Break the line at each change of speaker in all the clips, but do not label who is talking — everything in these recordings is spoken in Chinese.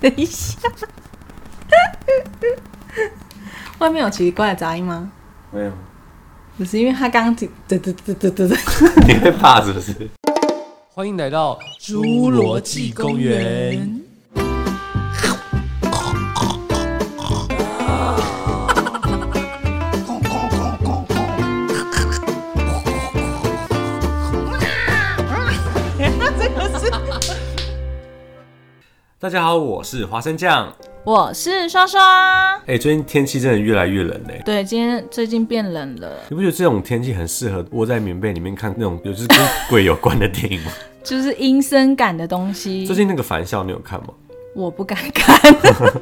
等一下，外面有奇怪的杂音吗？
没有，
只是因为他刚刚滴滴滴滴滴滴，
你会怕是不是？
欢迎来到
侏罗纪公园。
大家好，我是花生酱。
我是刷刷。
哎、最近天气真的越来越冷嘞、
对，今天最近变冷了，
你不觉得这种天气很适合窝在棉被里面看那种有就是跟鬼有关的电影 吗？
就是阴森感的东西
最，近那个《返校》你有看吗？
我不敢看。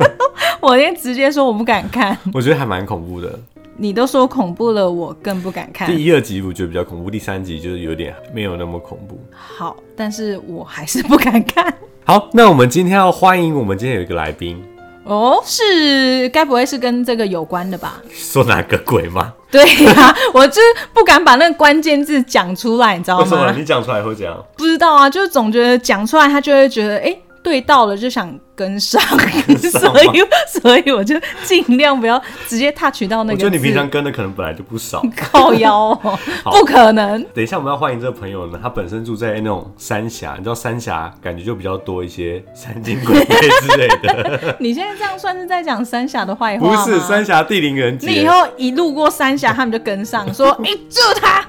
我先直接说我不敢看，
我觉得还蛮恐怖的。
你都说恐怖了，我更不敢看。
第一、二集我觉得比较恐怖，第三集就是有点没有那么恐怖。
好，但是我还是不敢看。
好，那我们今天要欢迎我们今天有一个来宾，
哦，是，该不会是跟这个有关的吧？
说哪个鬼吗？
对呀、我就是不敢把那个关键字讲出来，你知道
为什么
吗？
你讲出来会这样？
不知道啊，就是总觉得讲出来，他就会觉得哎、诶对到了，就想跟上，
上吗
所以所以我就尽量不要直接 touch 到那个
我
字。
觉得你平常跟的可能本来就不少。
靠腰哦，
好
不可能。
等一下，我们要欢迎这个朋友呢，他本身住在那种三峡，你知道三峡感觉就比较多一些山精鬼魅之类的，
你现在这样算是在讲三峡的坏话
不
吗？
是三峡地灵人
你以
杰。
后一路过三峡，他们就跟上， 说：“哎、就他。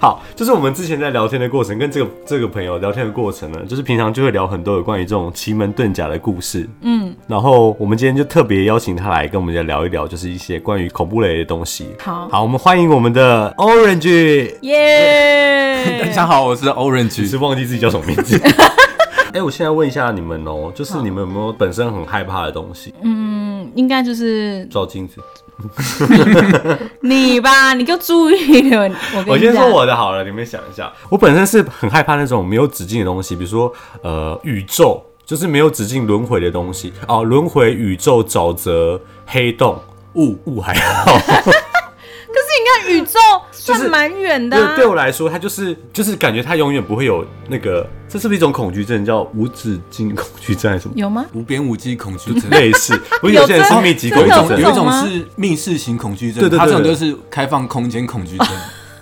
好，就是我们之前在聊天的过程，跟这个这个朋友聊天的过程呢，就是平常就会聊很多有关于这种奇门遁甲的故事，嗯，然后我们今天就特别邀请他来跟我们来聊一聊，就是一些关于恐怖类的东西。
好
好，我们欢迎我们的 Orange，”
耶！
大家好，我是
只是
Orange。
忘记自己叫什么名 字。哎、我现在问一下你们哦、就是你们有没有本身很害怕的东西？
应该就是
照镜子。
你吧，你就注意了。我跟
我
你
先说
讲，
我的好了，你们想一下。我本身是很害怕那种没有止境的东西，比如说呃宇宙，就是没有止境轮回的东西哦，轮回、宇宙、沼泽、黑洞、雾雾哦还好。
可是你看宇宙算蛮远的、啊
对对我来说，它就是就是感觉它永远不会有那个，这是不是一种恐惧症？叫无止境恐惧症还是什么？
有吗？
无边无际恐惧症，
类似，不是
有
有些人
真
是密集
真
恐
有
惧
一
的
种
症
这，
有一
种
种
吗
是密室型恐惧症，
对对对
他这种
对
就是开放空间恐惧症。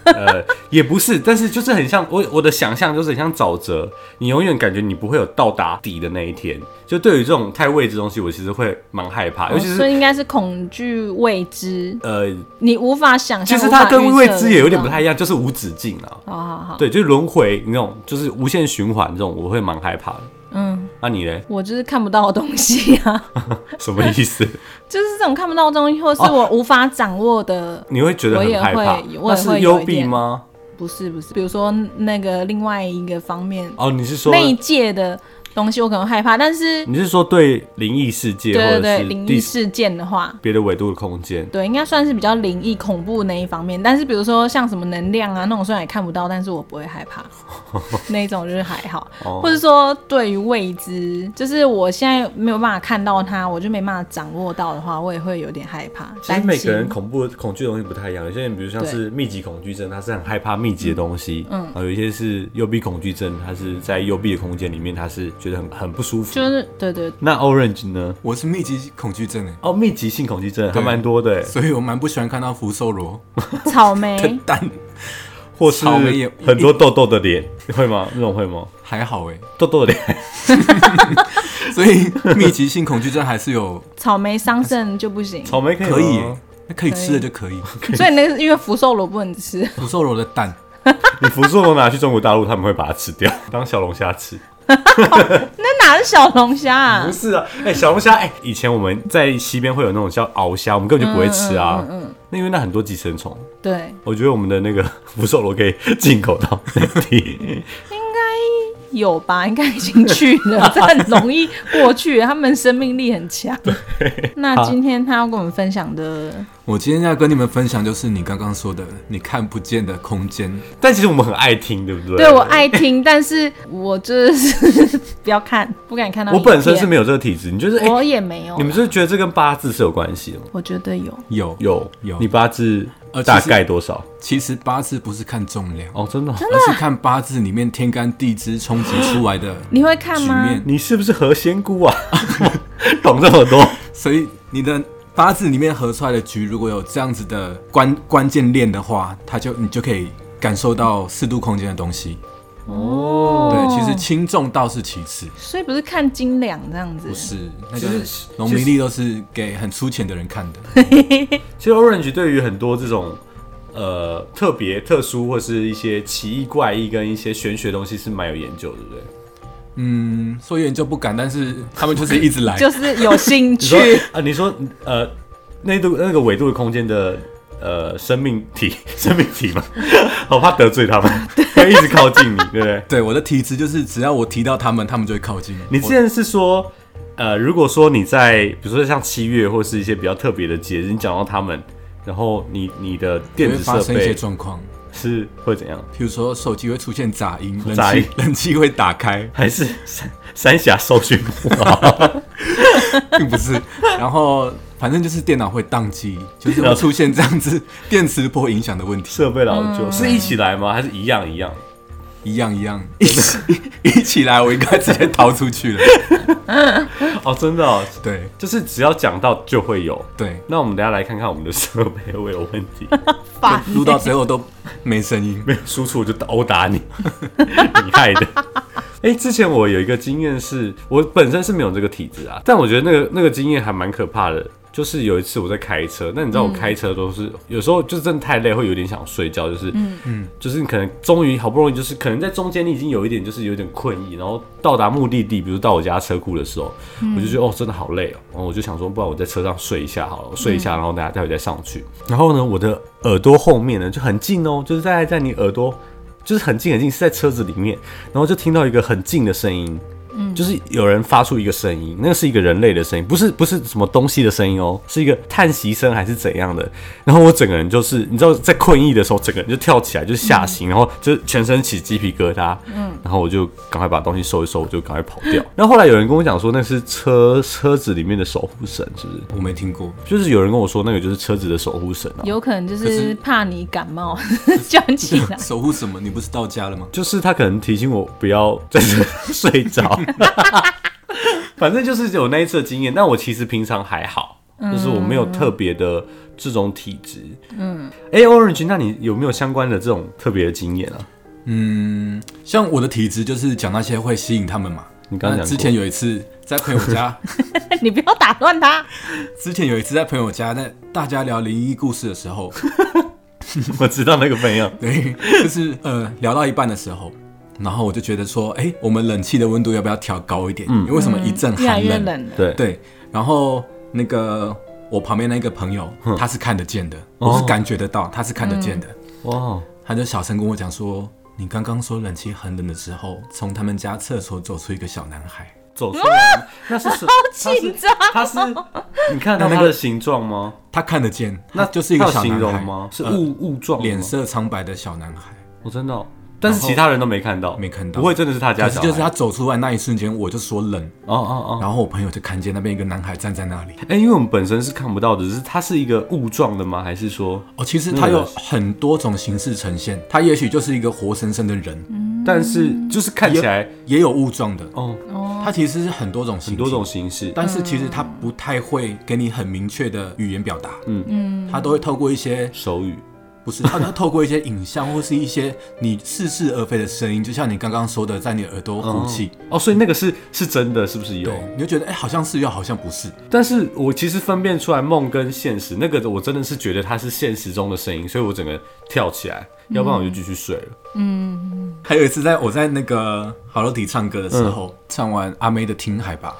呃，也不是，但是就是很像我我的想象就是很像沼泽，你永远感觉你不会有到达底的那一天。就对于这种太未知的东西，我其实会蛮害怕，尤其
哦所以
是
应该是恐惧未知，
呃，
你无法想
其
象。
实
无法
它跟未知也有点不
预嗯
太一样，就是无止境啊。
测。好好好，
对，就是轮回那种，就是无限循环这种，我会蛮害怕的。
嗯，
那、你嘞？
我就是看不到的东西啊，
什么意思？
就是这种看不到的东西，或是我无法掌握的，
你会觉得很害怕
我也会？我
那
也会
是
有
幽
一
闭
点
吗？
不是不是，比如说那个另外一个方面
哦，你是说
那一界的东西，我可能会害怕，但是
你是说对灵异世界
对对
或者
对，
是
灵
第
异事件的话，
别的维度的空间？
对，应该算是比较灵异恐怖那一方面。但是比如说像什么能量啊那种，虽然也看不到，但是我不会害 怕，那一种就是还好。
哦
或者说对于未知，就是我现在没有办法看到它，我就没办法掌握到的话，我也会有点害怕。
其
担
实
心。
每个人恐怖恐惧的东西不太一样，有些人比如像是密集恐惧症，他是很害怕密集的东西，嗯，然后有一些是幽闭恐惧症，他是在幽闭的空间里面，他是觉得很很不舒服。
就是对对
那 Orange 呢？
我是密集恐惧症哎，
哦，密集性恐惧症还蛮多的欸，
所以我蛮不喜欢看到福寿螺，
草 莓
蛋，
或是
草莓也
很多痘痘的脸，会吗？那种会吗？
还好哎。
痘痘的脸，
所以密集性恐惧症还是有
草莓桑葚就不行，
草莓可以
可以
吗
欸，那可以吃的就可以。
所以那个是因为福寿螺不能吃。
福寿螺的蛋，
你福寿螺拿去中国大陆，他们会把它吃掉， 当小龙虾吃。
那哪是小龙虾啊
不？是啊，哎、小龙虾，哎、以前我们在西边会有那种叫鳌虾，我们根本就不会吃啊，嗯，那因为那很多寄生虫。
对，
我觉得我们的那个 福寿螺可以进口到内地。
有吧？应该已经去了，这很容易过去。他们生命力很强。那今天他要跟我们分享的，
我今天要跟你们分享就是你刚刚说的你看不见的空间。
但其实我们很爱听，对不对？
对我。爱听，但是我就是 不要看，不敢看到
我
影片。
本身是没有这个体质，你就是哎、
我也没有
你。们是觉得这跟八字是有关系的吗？
我觉得有，
有，
有
有
你八字
呃其
大
实
概多少？
其实八字不是看重量，
哦，真的哦、
而是看八字里面天干地支冲击出来的
你会看
局
吗？
面。
你是不是何仙姑啊？ 懂这么多，
所以你的八字里面合出来的局，如果有这样子的关关键链的话，它就你就可以感受到四度空间的东西。
哦
对，其实轻重倒是其次，
所以不是看斤两这样子
不，是那
其
个
实
农民历都是给很粗浅的人看的。
其实 Orange 对于很多这种呃特别、特殊或是一些奇异怪异跟一些玄学东西是蛮有研究的，对不对？
嗯，说研究不敢，但是他们就是一直来。
就是有兴
你说
趣。
啊，你说呃那度那个纬度的空间的呃生命体 生命体嘛，好怕得罪他们，会一直靠近你，对不对？
对，我的体质就是只要我提到他们，他们就会靠近。
你之前是说，呃，如果说你在比如说像七月或是一些比较特别的节日，你讲到他们，然后你你的
我
电
会
子
发
设
生一些
备
状况，
是会怎样？
譬如说手机会出现杂音，冷
杂音
气 冷气会打开，
还是三三峡搜 寻不好？
并不是。然后反正就是电脑会宕机，就是会出现这样子电磁波影响的问题，
设备老旧、是一起来吗？还是一样一样？
一样 一样，一起一起来，我应该直接逃出去了。
哦，真的、哦，
对
就是只要讲到就会有。
对，
那我们等一下来看看我们的设备会有问题，
烦
录到最后都没声音。
没有输出我就殴打你， 你害的。哎、之前我有一个经验是，我本身是没有这个体质啊，但我觉得那个那个经验还蛮可怕的。就是有一次我在开车，那你知道我开车都是、有时候就是真的太累，会有点想睡觉，就是嗯嗯，就是你可能终于好不容易就是可能在中间你已经有一点就是有点困意，然后到达目的地，比如到我家车库的时候，我就觉得哦真的好累哦，然后我就想说不然我在车上睡一下好了，我睡一下，然后大家待会再上去。然后呢，我的耳朵后面呢就很近哦，就是在在你耳朵就是很近很近，是在车子里面，然后就听到一个很近的声音，嗯，就是有人发出一个声音，那是一个人类的声音，不是不是什么东西的声音哦，是一个叹息声还是怎样的。然后我整个人就是，你知道，在困意的时候，整个人就跳起来，就吓醒，然后就全身起鸡皮疙瘩，嗯，然后我就赶快把东西收一收，我就赶快跑 掉。然后后来有人跟我讲说，那是车车子里面的守护神，是不是？
我没听过，
就是有人跟我说，那个就是车子的守护神啊。
有可能就
可
是
是
怕你感冒 叫你起来。
守护什么？你不是到家了吗？
就是他可能提醒我不要在这睡着， 反正就是有那一次的经验。但我其实平常还好，
嗯
就是我没有特别的这种体质。嗯，哎、o r a n g e 那你有没有相关的这种特别的经验啊？
嗯，像我的体质就是讲那些会吸引他们嘛。
你刚刚
那
讲
之
过
前有一次在朋友家，
你不要打断他，
之前有一次在朋友家，在大家聊灵异故事的时候，
我知道那个朋友，
对， 就是呃聊到一半的时候，然后我就觉得说，哎、我们冷气的温度要不要调高一点？
嗯
因为为什么一阵
嗯越来
寒
越
冷？
冷了。
对，
对，然后那个我旁边那个朋友，他是看得见的，
哦
我是感觉得到，他是看得
嗯
见的，
哇，
他就小声跟我讲说。你刚刚说冷气很冷的时候，从他们家厕所走出一个小男孩，
走出来，那是什么？他是
紧张哦
他是你看到他的形状吗？
他看得见，
那
他就是一个
他有
小
形
男
容
孩
吗？是
呃
物物状的吗
脸，色苍白的小男孩。
我真的哦。但是
然后
其他人都没看到，
没看到
不会真的是他家小
可是
孩，
就是他走出来那一瞬间，我就说冷，
哦哦哦，
然后我朋友就看见那边一个男孩站在那里。
哎、因为我们本身是看不到的，只是它是一个雾状的吗？还是说，
哦，其实
嗯
他有很多种形式呈现，他也许就是一个活生生的人，
但是就是看起来，
也有物状的，
嗯哦，
他其实是很多种形
很
体
多种，嗯形式，
但是其实他不太会给你很明确的语言表达，嗯嗯，他都会透过一些
手语，
不是，他他透过一些影像或是一些你似是而非的声音，就像你刚刚说的，在你耳朵呼气，
哦，所以那个是是真的，是不是有？
对，你就觉得哎、好像是又好像不是，
但是我其实分辨出来梦跟现实，那个我真的是觉得它是现实中的声音，所以我整个跳起来，要不然我
嗯
就继续睡了。
还有一次在，我在那个好乐迪唱歌的时候，唱完阿妹的《听海》吧，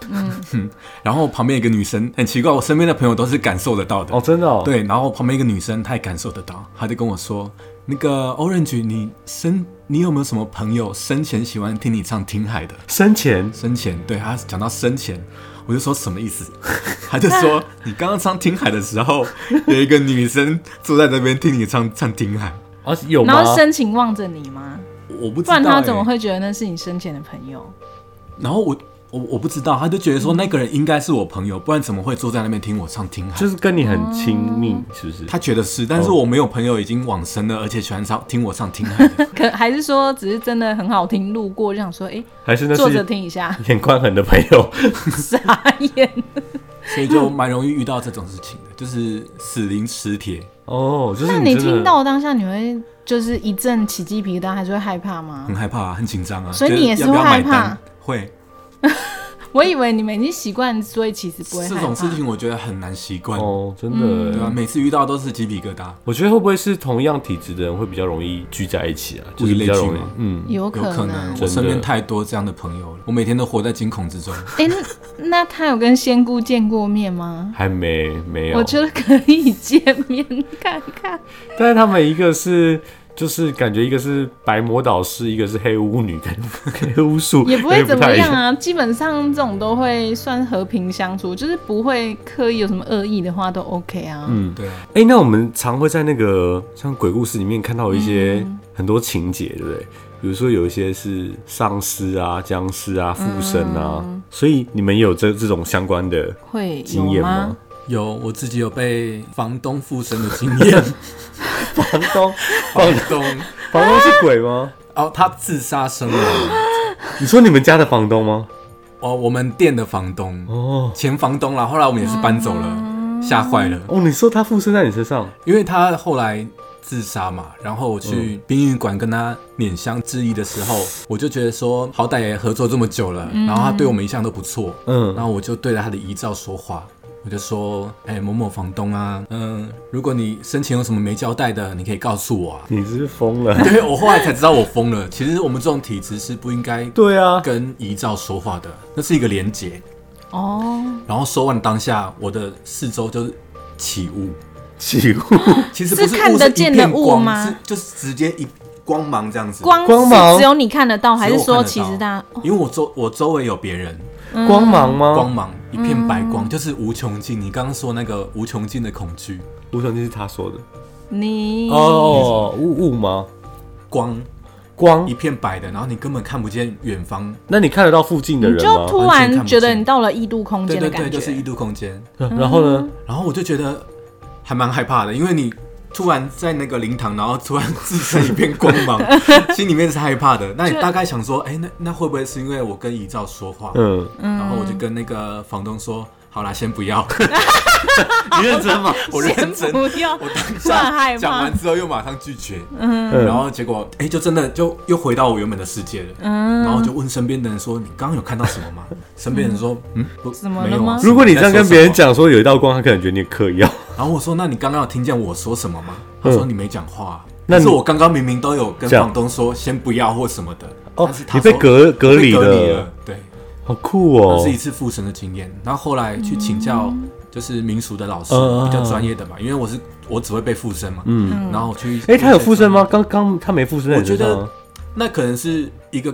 嗯， 然后旁边一个女生，很奇怪，我身边的朋友都是感受得到的，
哦，真的哦，，
对，然后旁边一个女生她也感受得到，她就跟我说，那个 Orange，你生你有没有什么朋友生前喜欢听你唱《听海》的？
生前
生前，对她讲到生前，我就说什么意思？她就说你刚刚唱《听海》的时候，有一个女生坐在那边听你唱唱《听海》。
啊有
然
吗？
后深情望着你吗？
我
不
不知道、欸，
然他怎么会觉得那是你生前的朋友？
然后我我我不知道，他就觉得说那个人应该是我朋友，不然怎么会坐在那边听我唱《听海》？
就是跟你很亲密，是不是？
哦他觉得是，但是我没有朋友已经往生了，而且喜欢唱听我唱《听海》的。
可还是说只是真的很好听，路过就想说，哎、
还是那
坐着
是
听一下，
眼光很的朋友，
傻眼。
所以就蛮容易遇到这种事情 的，就是死灵磁铁。
哦，就是
那
你
你
真的
听到当下，你会就是一阵起鸡皮疙瘩，还是会害怕吗
很？害怕、啊，很紧张啊，
所以
觉得
你也是
要不要
会害
买单
怕？
会
我以为你们已经习惯，所以其实不会害
这
怕。
种事情，我觉得很难习惯，
哦，真的、
对啊，每次遇到都是鸡皮疙瘩，
我觉得会不会是同样体质的人会比较容易聚在一起啊？就是比较容
物以
易
类聚吗，
嗯，
有
有可能
能。
我身
真
边
的
太多这样的朋友了，我每天都活在惊恐之中。
哎、那那他有跟仙姑见过面吗？
还没没有。
我觉得可以见面看看。
但是他们一个是就是感觉一个是白魔导士，一个是黑巫女跟 黑巫术，
也不会
有点
怎
不
么
太一
样。啊，基本上这种都会算和平相处，就是不会刻意有什么恶意的话都 OK 啊。
嗯，
对啊，
哎、那我们常会在那个像鬼故事里面看到一些
嗯
很多情节，对不对？比如说有一些是丧尸啊、僵尸啊、附身啊，
嗯
所以你们也有这这种相关的
会有
经验吗？？
有我自己有被房东附身的经验，
房东，
房东
房东是鬼 吗？
哦，他自杀身亡，
你说你们家的房东吗？
哦，我们店的房东，
哦
前房东啦，后来我们也是搬走了，吓坏了，
哦，你说他附身在你身上，
因为他后来自杀嘛，然后我去殡仪馆跟他捻香致意的时候，我就觉得说，好歹也合作这么久了，然后他对我们一向都不错，
嗯
然后我就对着他的遗照说话。我就说，哎、某某房东啊，嗯，如果你生前有什么没交代的，你可以告诉我啊。？
你是不是疯了
对我后来才知道我疯了。其实我们这种体质是不应该
对啊，
跟遗照说话的，那是一个连结。
哦，
然后说完当下，我的四周就是起雾，
起雾，
其实不
是
雾
看得见的
是一片光
雾吗
是就是直接一光芒这样子。
光
光芒
是只有你看得到，还是
只有我
说
看得
其实
到
大家哦
因为我周我周围有别人，
嗯
光芒吗？
光芒一片白光，就是无穷尽。你刚刚说那个无穷尽的恐惧，
无穷尽是他说的
你
哦，雾雾吗？
光
光
一？片白的，然后你根本看不见远方。
那你看得到附近的
你
人
就
吗？
突
完全看
然
不
觉得
见
你到了异度空
对
间
对
的感
对，
觉，
就是异度空间。
然后呢？
嗯然后我就觉得还蛮害怕的，因为你突然在那个灵堂，然后突然自身一片光 芒，心里面是害怕的。那你大概想说，哎、那那会不会是因为我跟遗照说话，
嗯，
然后我就跟那个房东说，好啦，先不要。
你认真吗？
我认真
先，不要，
我当
突然害
下
怕
讲完之后又马上拒绝，
嗯
然后结果哎、就真的就又回到我原本的世界了。
嗯
然后我就问身边的人说：“你刚刚有看到什么吗？”身边人说：“嗯，不，
怎么了
没有啊
吗
如果你这样跟别人。
在说什么
讲说有一道光，他可能觉得你嗑药。”
然后我说：“那你刚刚有听见我说什么吗？”他说：“
嗯
你没讲话啊。”
那
但是
你
我刚刚明明都有跟
这样
房东说先不要或什么的。
哦
但是他
你被
说
隔隔
我被
离
隔离
了
了。对，
好酷
那
哦
是！一次附身的经验。然后后来去请教就是民俗的老师，
嗯嗯嗯
比较专业的嘛，因为我是我只会被附身嘛。嗯，然后我去
哎，他有附身吗？？刚刚他没附身在
我
你身
觉
上
得
啊。
那可能是一个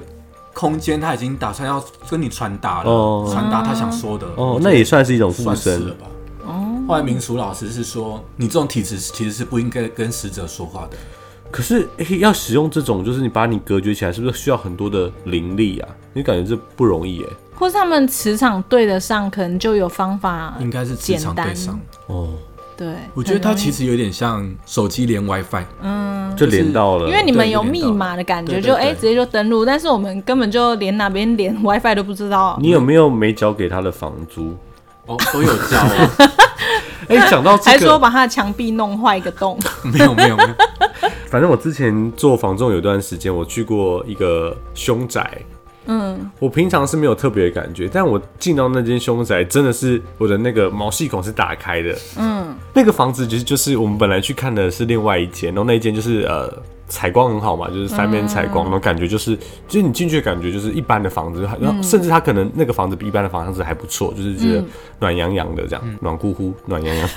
空间，他已经打算要跟你传达
哦
了，传达他想说的。
哦
我，觉
那
得
也算是一种附
算是了
身。
吧。后来民俗老师是说，你这种体质其实是不应该跟死者说话的。
可是诶要使用这种，就是你把你隔绝起来，是不是需要很多的灵力啊？你感觉这不容易哎。
或是他们磁场对得上，可能就有方法。
应该是磁场对
简
上
单。
哦，
对，
我觉得它其
实
实有点像手机连 WiFi，
就连到了。
因为你们
对
有
有点
密
道理
码的感觉，
对对
就哎、
对
直接就登录，但是我们根本就连哪边连 WiFi 都不知道。
你有没有没交给他的房租？
哦，都有教哦。
哎、讲到
还
这
说
个，
把他的墙壁弄坏一个洞，
没有没有没有，
反正我之前做房仲有段时间，我去过一个凶宅。嗯，我平常是没有特别的感觉，但我进到那间凶宅，真的是我的那个毛细孔是打开的。嗯，那个房子其实就是我们本来去看的是另外一间，然后那一间就是呃采光很好嘛，就是三面采光，然后感觉就是就是你进去的感觉就是一般的房子，然后甚至它可能那个房子比一般的房子还不错，就是觉得暖洋洋的这样，暖乎乎、暖洋洋。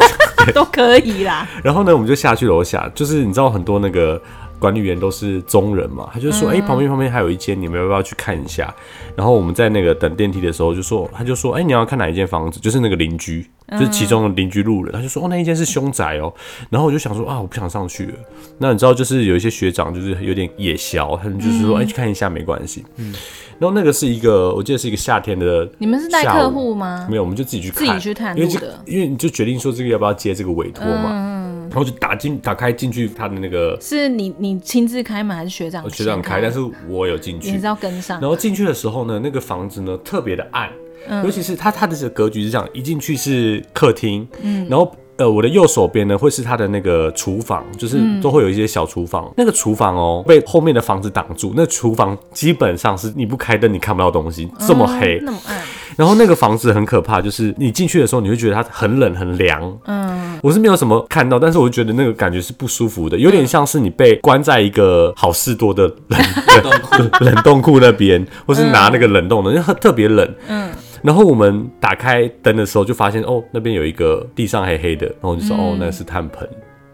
都可以啦。
然后呢，我们就下去楼下，就是你知道很多那个管理员都是中人嘛，他就说，哎、
嗯
旁边旁边还有一间，你们要不要去看一下？然后我们在那个等电梯的时候，就说，他就说，哎、你要看哪一间房子？就是那个邻居，
嗯
就是其中的邻居路人，他就说哦那一间是凶宅哦，然后我就想说啊我不想上去了。那你知道就是有一些学长就是有点野小，他们就是
嗯
说哎、去看一下没关系。嗯，然后那个是一个我记得是一个夏天的下午，
你们是带客户吗
没有，我们就自己去看，
自己去探
因为
路
这
的嗯
因为你就决定说这个要不要接这个委托嘛。然后就打进打开进去他的那个哦
是你你亲自开门还是学长？
学长开，但是我有进去
你是，要跟上
然，后进去的时候呢，那个房子呢特别的暗，
嗯
尤其是它它的这个格局是这样，一进去是客厅，嗯，然后。呃，我的右手边呢，会是它的那个厨房，就是
嗯
都会有一些小厨房。那个厨房哦，被后面的房子挡住。那厨房基本上是你不开灯，你看不到东西，这么黑。
嗯那么暗，
然后那个房子很可怕，就是你进去的时候，你会觉得它很冷很凉。嗯，我是没有什么看到，但是我觉得那个感觉是不舒服的，有点像是你被关在一个好事多的冷冷 冷冻库那边，或是拿那个冷冻的，因为它特别冷。嗯。然后我们打开灯的时候，就发现哦，那边有一个地上黑黑的，然后我就说、哦，那是炭盆，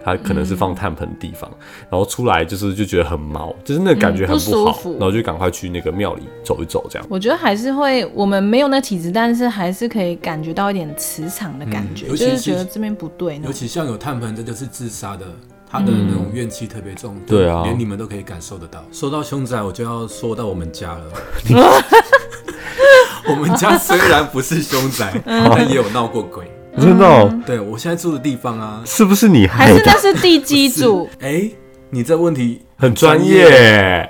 它可能是放炭盆的地方。然后出来就是就觉得很毛，就是那个感觉
嗯
很
不
不
舒
好，
服
然后就赶快去那个庙里走一走，这样。
我觉得还是会，我们没有那体质，但是还是可以感觉到一点磁场的感觉，
嗯尤其
就是是觉得这边不对呢
尤。其像有炭盆，这就是自杀的，他的那种怨气特别重，
对啊
连你们都可以感受得到。说到凶宅，我就要说到我们家 了。我们家虽然不是凶 宅，但也有闹过鬼。
真的、哦，
对我现在住的地方啊，
是不是你
还
害
是
的？
那是地基组，
哎、你这问题
很专，业，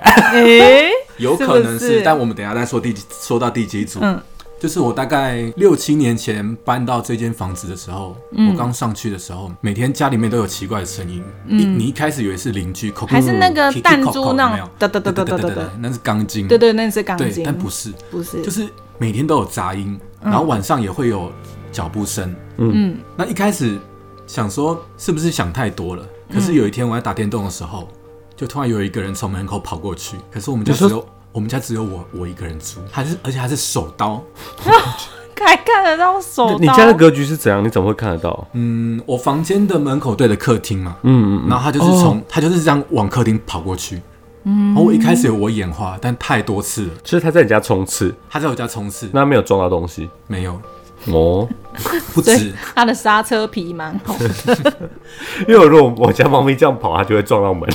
哎，
有可能
是不是
但我们等一下再说第几说到第几组。
嗯
就是我大概六七年前搬到这间房子的时候，我刚上去的时候，每天家里面都有奇怪的声音。一你一开始以为是邻居，叩叩
还是那个
叩叩
弹珠那种
有没有
哒哒哒哒哒哒哒
那是钢筋，
对对，那是钢
对，
筋，
但不是，
不是，
就是每天都有杂音，然后晚上也会有脚步声。
嗯
那一开始想说是不是想太多了，可
嗯
是有一天我在打电动的时候，就突然有一个人从门口跑过去，可是我们家
你说
只有我们家只有我我一个人住，还是而且还是手刀。
还看得到手刀。
你家的格局是怎样？你怎么会看得到？
嗯，我房间的门口对着客厅嘛，
嗯，嗯
然后他就是从、他就是这样往客厅跑过去。嗯，然后我一开始以为我眼花，但太多次了。
就是他在你家冲刺，
他在我家冲刺，
那他没有撞到东西
没有，
哦。
不
对
止，
他的刹车皮哦蛮好的，
因为如果我家猫咪这样跑，它就会撞到门。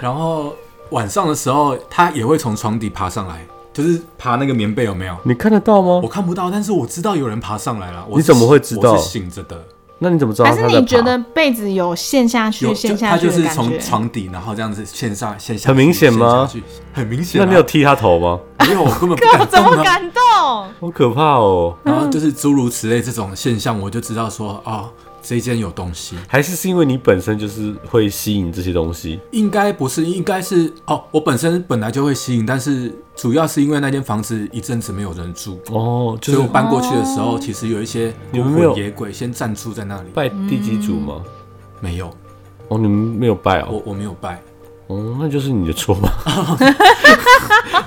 然后晚上的时候，他也会从床底爬上来，就是爬那个棉被有没有？
你看得到
我
吗？
看不到，但是我知道有人爬上来了。我
你
是
怎么会知道
我是醒着的，
那你怎么知道
还是
它在
你觉
爬
得被子有陷下去、
就
陷
他
下去
就是
的感
从
觉？
床底，然后这样子陷下陷下去，
很明显吗
陷下去？很明显、
那
啊。
你有踢它头吗？
没有，我 根本不
我
敢
怎么
动啊。
感动？
好可怕哦！
然后就是诸如此类这种现象，我就知道说哦，这间有东西，
还是是因为你本身就是会吸引这些东西，
应该不是，应该是哦，我本身本来就会吸引，但是主要是因为那间房子一阵子没有人住。
哦，就
所以我
是
搬过去的时候，
哦
其实有一些
你
孤
们没有
魂野鬼先暂住在那里。
拜地基主吗？
嗯
没有，
哦，你们没有拜哦，
我我没有拜。
哦，那就是你的错吧？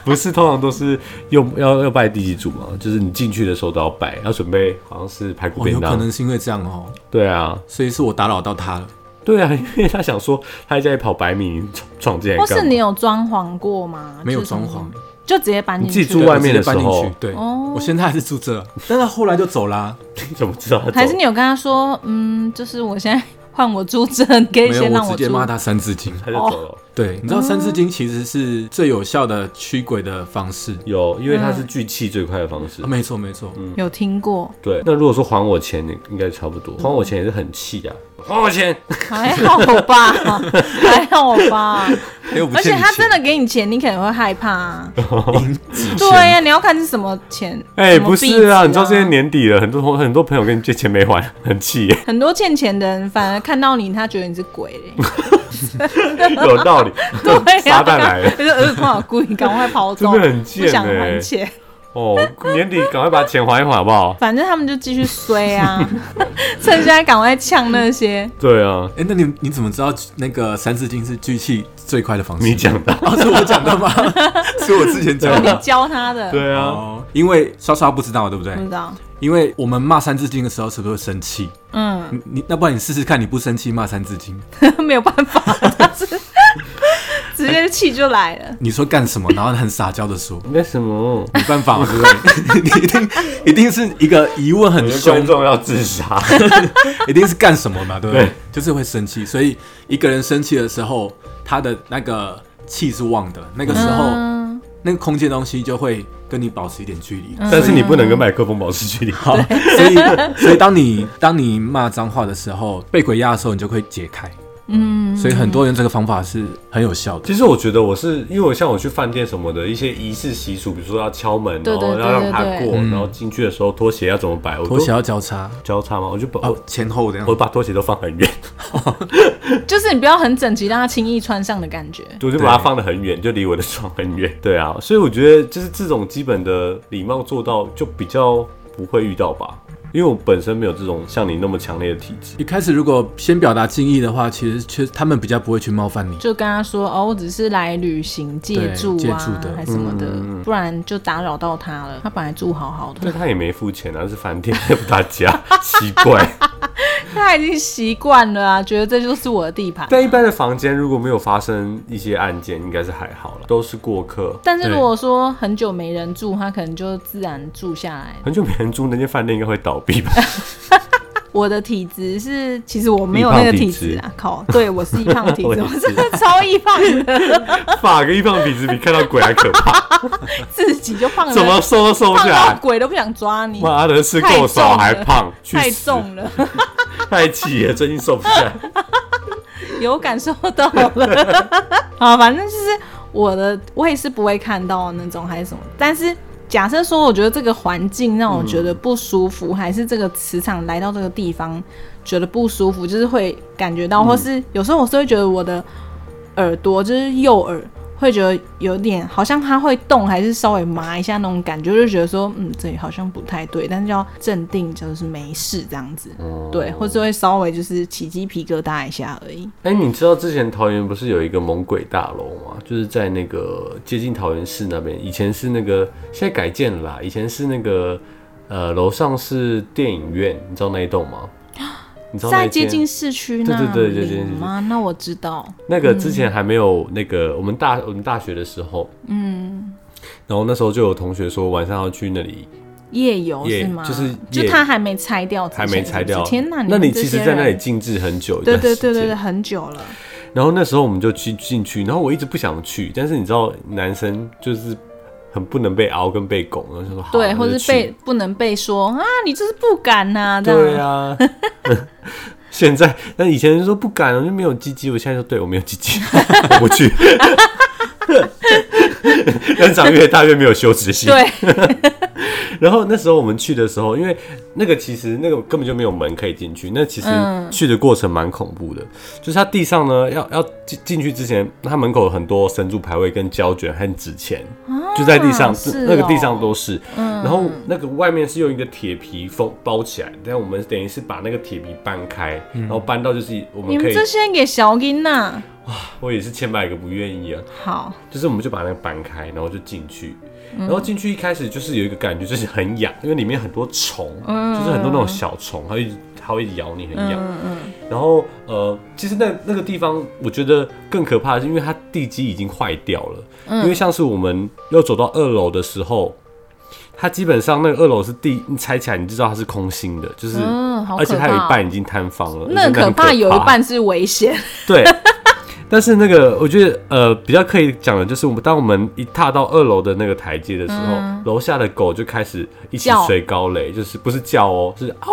不是，通常都是用要要拜地基主嘛，就是你进去的时候都要拜，要准备好像是排骨
哦，
便
有可
当，
能是因为这样哦，
对啊，
所以是我打扰到他了。
对啊， 因为他想说他在家里跑百米，你闯闯进来
或
干嘛？
是你有装潢过吗？
没有
就是
装
什么
潢，
就直接搬进
你自
去
己住
了，
外面的时候
对我直接搬进去对，
哦
我现在还是住这，但是后来就走啦。
你怎么知道他走？
还是你有跟他说，嗯，就是我现在换我住这，你可以
没有，
先让
我直接
住。
骂他三字经。
他就走
哦
了？
对，你知道三字经其实是最有效的驱鬼的方式。
有，因为他是聚气最快的方式
啊、。没错，没错。
嗯
有听过，
对，那如果说还我钱，应该差不多。还我钱也是很气啊，还我钱！
还好吧， 还好 吧。
哎我不
而且
欠你
他真
钱
的给你钱，你可能会害怕、啊。
之前
对呀、你要看是什么钱。
哎、
什么
不
币值
是
啊，
啊，你知道现在年底了，很多同很多朋友跟你借钱没还，很气 耶，
很多欠钱的人反而看到你，他觉得你是鬼 嘞。
有道 理。
对、啊，
撒旦来了
就是呃，不好故意，赶快 跑走，
真的很贱
不想
欸
还钱。
哦，年底赶快把钱还一还好不好？
反正他们就继续衰 啊，趁现在赶快呛那些。
对啊，
哎、那你你怎么知道那个三字经是聚气最快的方式？
你讲的，
哦， 是我讲 的吗？是我之前讲
哦你
的。
教他的，
对啊，
哦，因为刷刷不知道，对不对
不？知道。
因为我们骂三字经的时候，是不是会生气？
嗯，
你你那不然你试试看，你不生气骂三字经，
没有办法，他是直接气就来了。
你说干什么？然后很撒娇的说，
为什么？
没办法嘛，对不对？ 你一定一定是一个疑问很
有些
凶
观，众要自杀，
一定是干什么嘛，对不对？
对
就是会生气，所以一个人生气的时候，他的那个气是旺的，那个时候、
嗯，
那个空间东西就会跟你保持一点距离。
但是你不能跟麦克风保持距离。
啊
好，
所以，所以当你当你骂脏话的时候，被鬼压的时候，你就会解开。嗯，所以很多人这个方法是很有效的。
其实我觉得我是因为我像我去饭店什么的一些仪式习俗，比如说要敲门，
对
然后
对
要让他
对对
过，然后进去的时候拖鞋要怎么摆，我
我
都
想要交叉
交叉嘛，我就把
啊哦
我，
前后这样
我。把拖鞋都放很远，
就是你不要很整齐，让他轻易穿上的感觉。
我就把它放得很远，就离我的床很远。对啊，所以我觉得就是这种基本的礼貌做到，就比较不会遇到吧。因为我本身没有这种像你那么强烈的体质，
一开始如果先表达敬意的话，其实其实他们比较不会去冒犯你。
就跟他说哦，我只是来旅行借住
借
啊，
住的
还什么
嗯
的，不然就打扰到他了。他本来住好好
但
的，
他也没付钱啊，是饭店 害不大家，奇怪。
他已经习惯了啊，觉得这就是我的地盘。
但一般的房间如果没有发生一些案件，应该是还好了，都是过客。
但是如果说很久没人住，他可能就自然住下来。
很久没人住那间饭店，应该会倒闭吧？
我的体质是，其实我没有那个体质
易胖
啊，靠，对我是易胖体质，
我也
我
是
真的超易胖的，
法个一胖比子比看到鬼还可怕，
自己就胖了，
怎么瘦都瘦不
胖
下
到
来。
鬼都不想抓你，
妈的，吃够少还胖，去
太
死！
重了，
太气了，最近瘦不下来。
有感受到了。 好，反正就是我的，我也是不会看到那种还是什么，但是。假设说，我觉得这个环境让我觉得不舒服，还是这个磁场来到这个地方觉得不舒服，就是会感觉到，或是有时候我是会觉得我的耳朵，就是右耳，会觉得有点好像它会动，还是稍微麻一下那种感觉，就觉得说，嗯，这里好像不太对，但是要镇定，就是没事这样子，对，或是会稍微就是起鸡皮疙瘩一下而已。
哎、你知道之前桃园不是有一个猛鬼大楼吗？就是在那个接近桃园市那边，以前是那个现在改建了啦，以前是那个呃楼上是电影院，你知道那一栋吗？你知道那
在
一
接
间
近市区那
对对对接近
里
市区
吗？那我知道，
那个
嗯
之前还没有那个我们大我们大学的时候，嗯，然后那时候就有同学说晚上要去那里，
夜游
夜
是吗？
就是
就
夜
它还没拆掉之
还
前，
没拆掉。
天哪！
那
们
你
这
其实
些
在那里
人
静置很久一
对
段时
对
间，
对对对，很久了。
然后那时候我们就去进去，然后我一直不想去，但是你知道男生就是很不能被熬跟被拱，然后就说好，
对，
那
或
就是去
被不能被说啊，你就是不敢呐、这样
对啊。现在，但以前说不敢，我就没有鸡鸡。我现在说，对我没有鸡 鸡，我不去。 人长越大越没有羞耻心。
对，
然后那时候我们去的时候，因为那个其实那个根本就没有门可以进去，那其实
嗯
去的过程蛮恐怖的。就是它地上呢，要要进进去之前，它门口有很多神主牌位、跟胶卷和纸钱，就在地上，
啊是
那那个地上
哦
都是。嗯然后那个外面是用一个铁皮封包起来，但我们等于是把那个铁皮搬开，然后搬到就是我
你
们可
们
以
这，些给小音呐、
我也是千百个不愿意啊。
好，
就是我们就把那个搬开，然后就进去，然后进去一开始就是有一个感觉就是很痒，因为里面很多虫，
嗯
就是很多那种小虫，它会一直它会一直咬你，很痒。然后呃，其实那那个地方我觉得更可怕的是，因为它地基已经坏掉了，
嗯
因为像是我们要走到二楼的时候。它基本上那个二楼是地，你拆起来你就知道它是空心的，就是，
嗯好可怕哦
而且它有一半已经摊方了，
那
而且
很可
很
怕，有一半是危险。
对，但是那个我觉得呃比较可以讲的就是，我们当我们一踏到二楼的那个台阶的时候，楼下的狗就开始一
嗯
起
叫哦
吹高雷，就是不是叫哦，是嗷、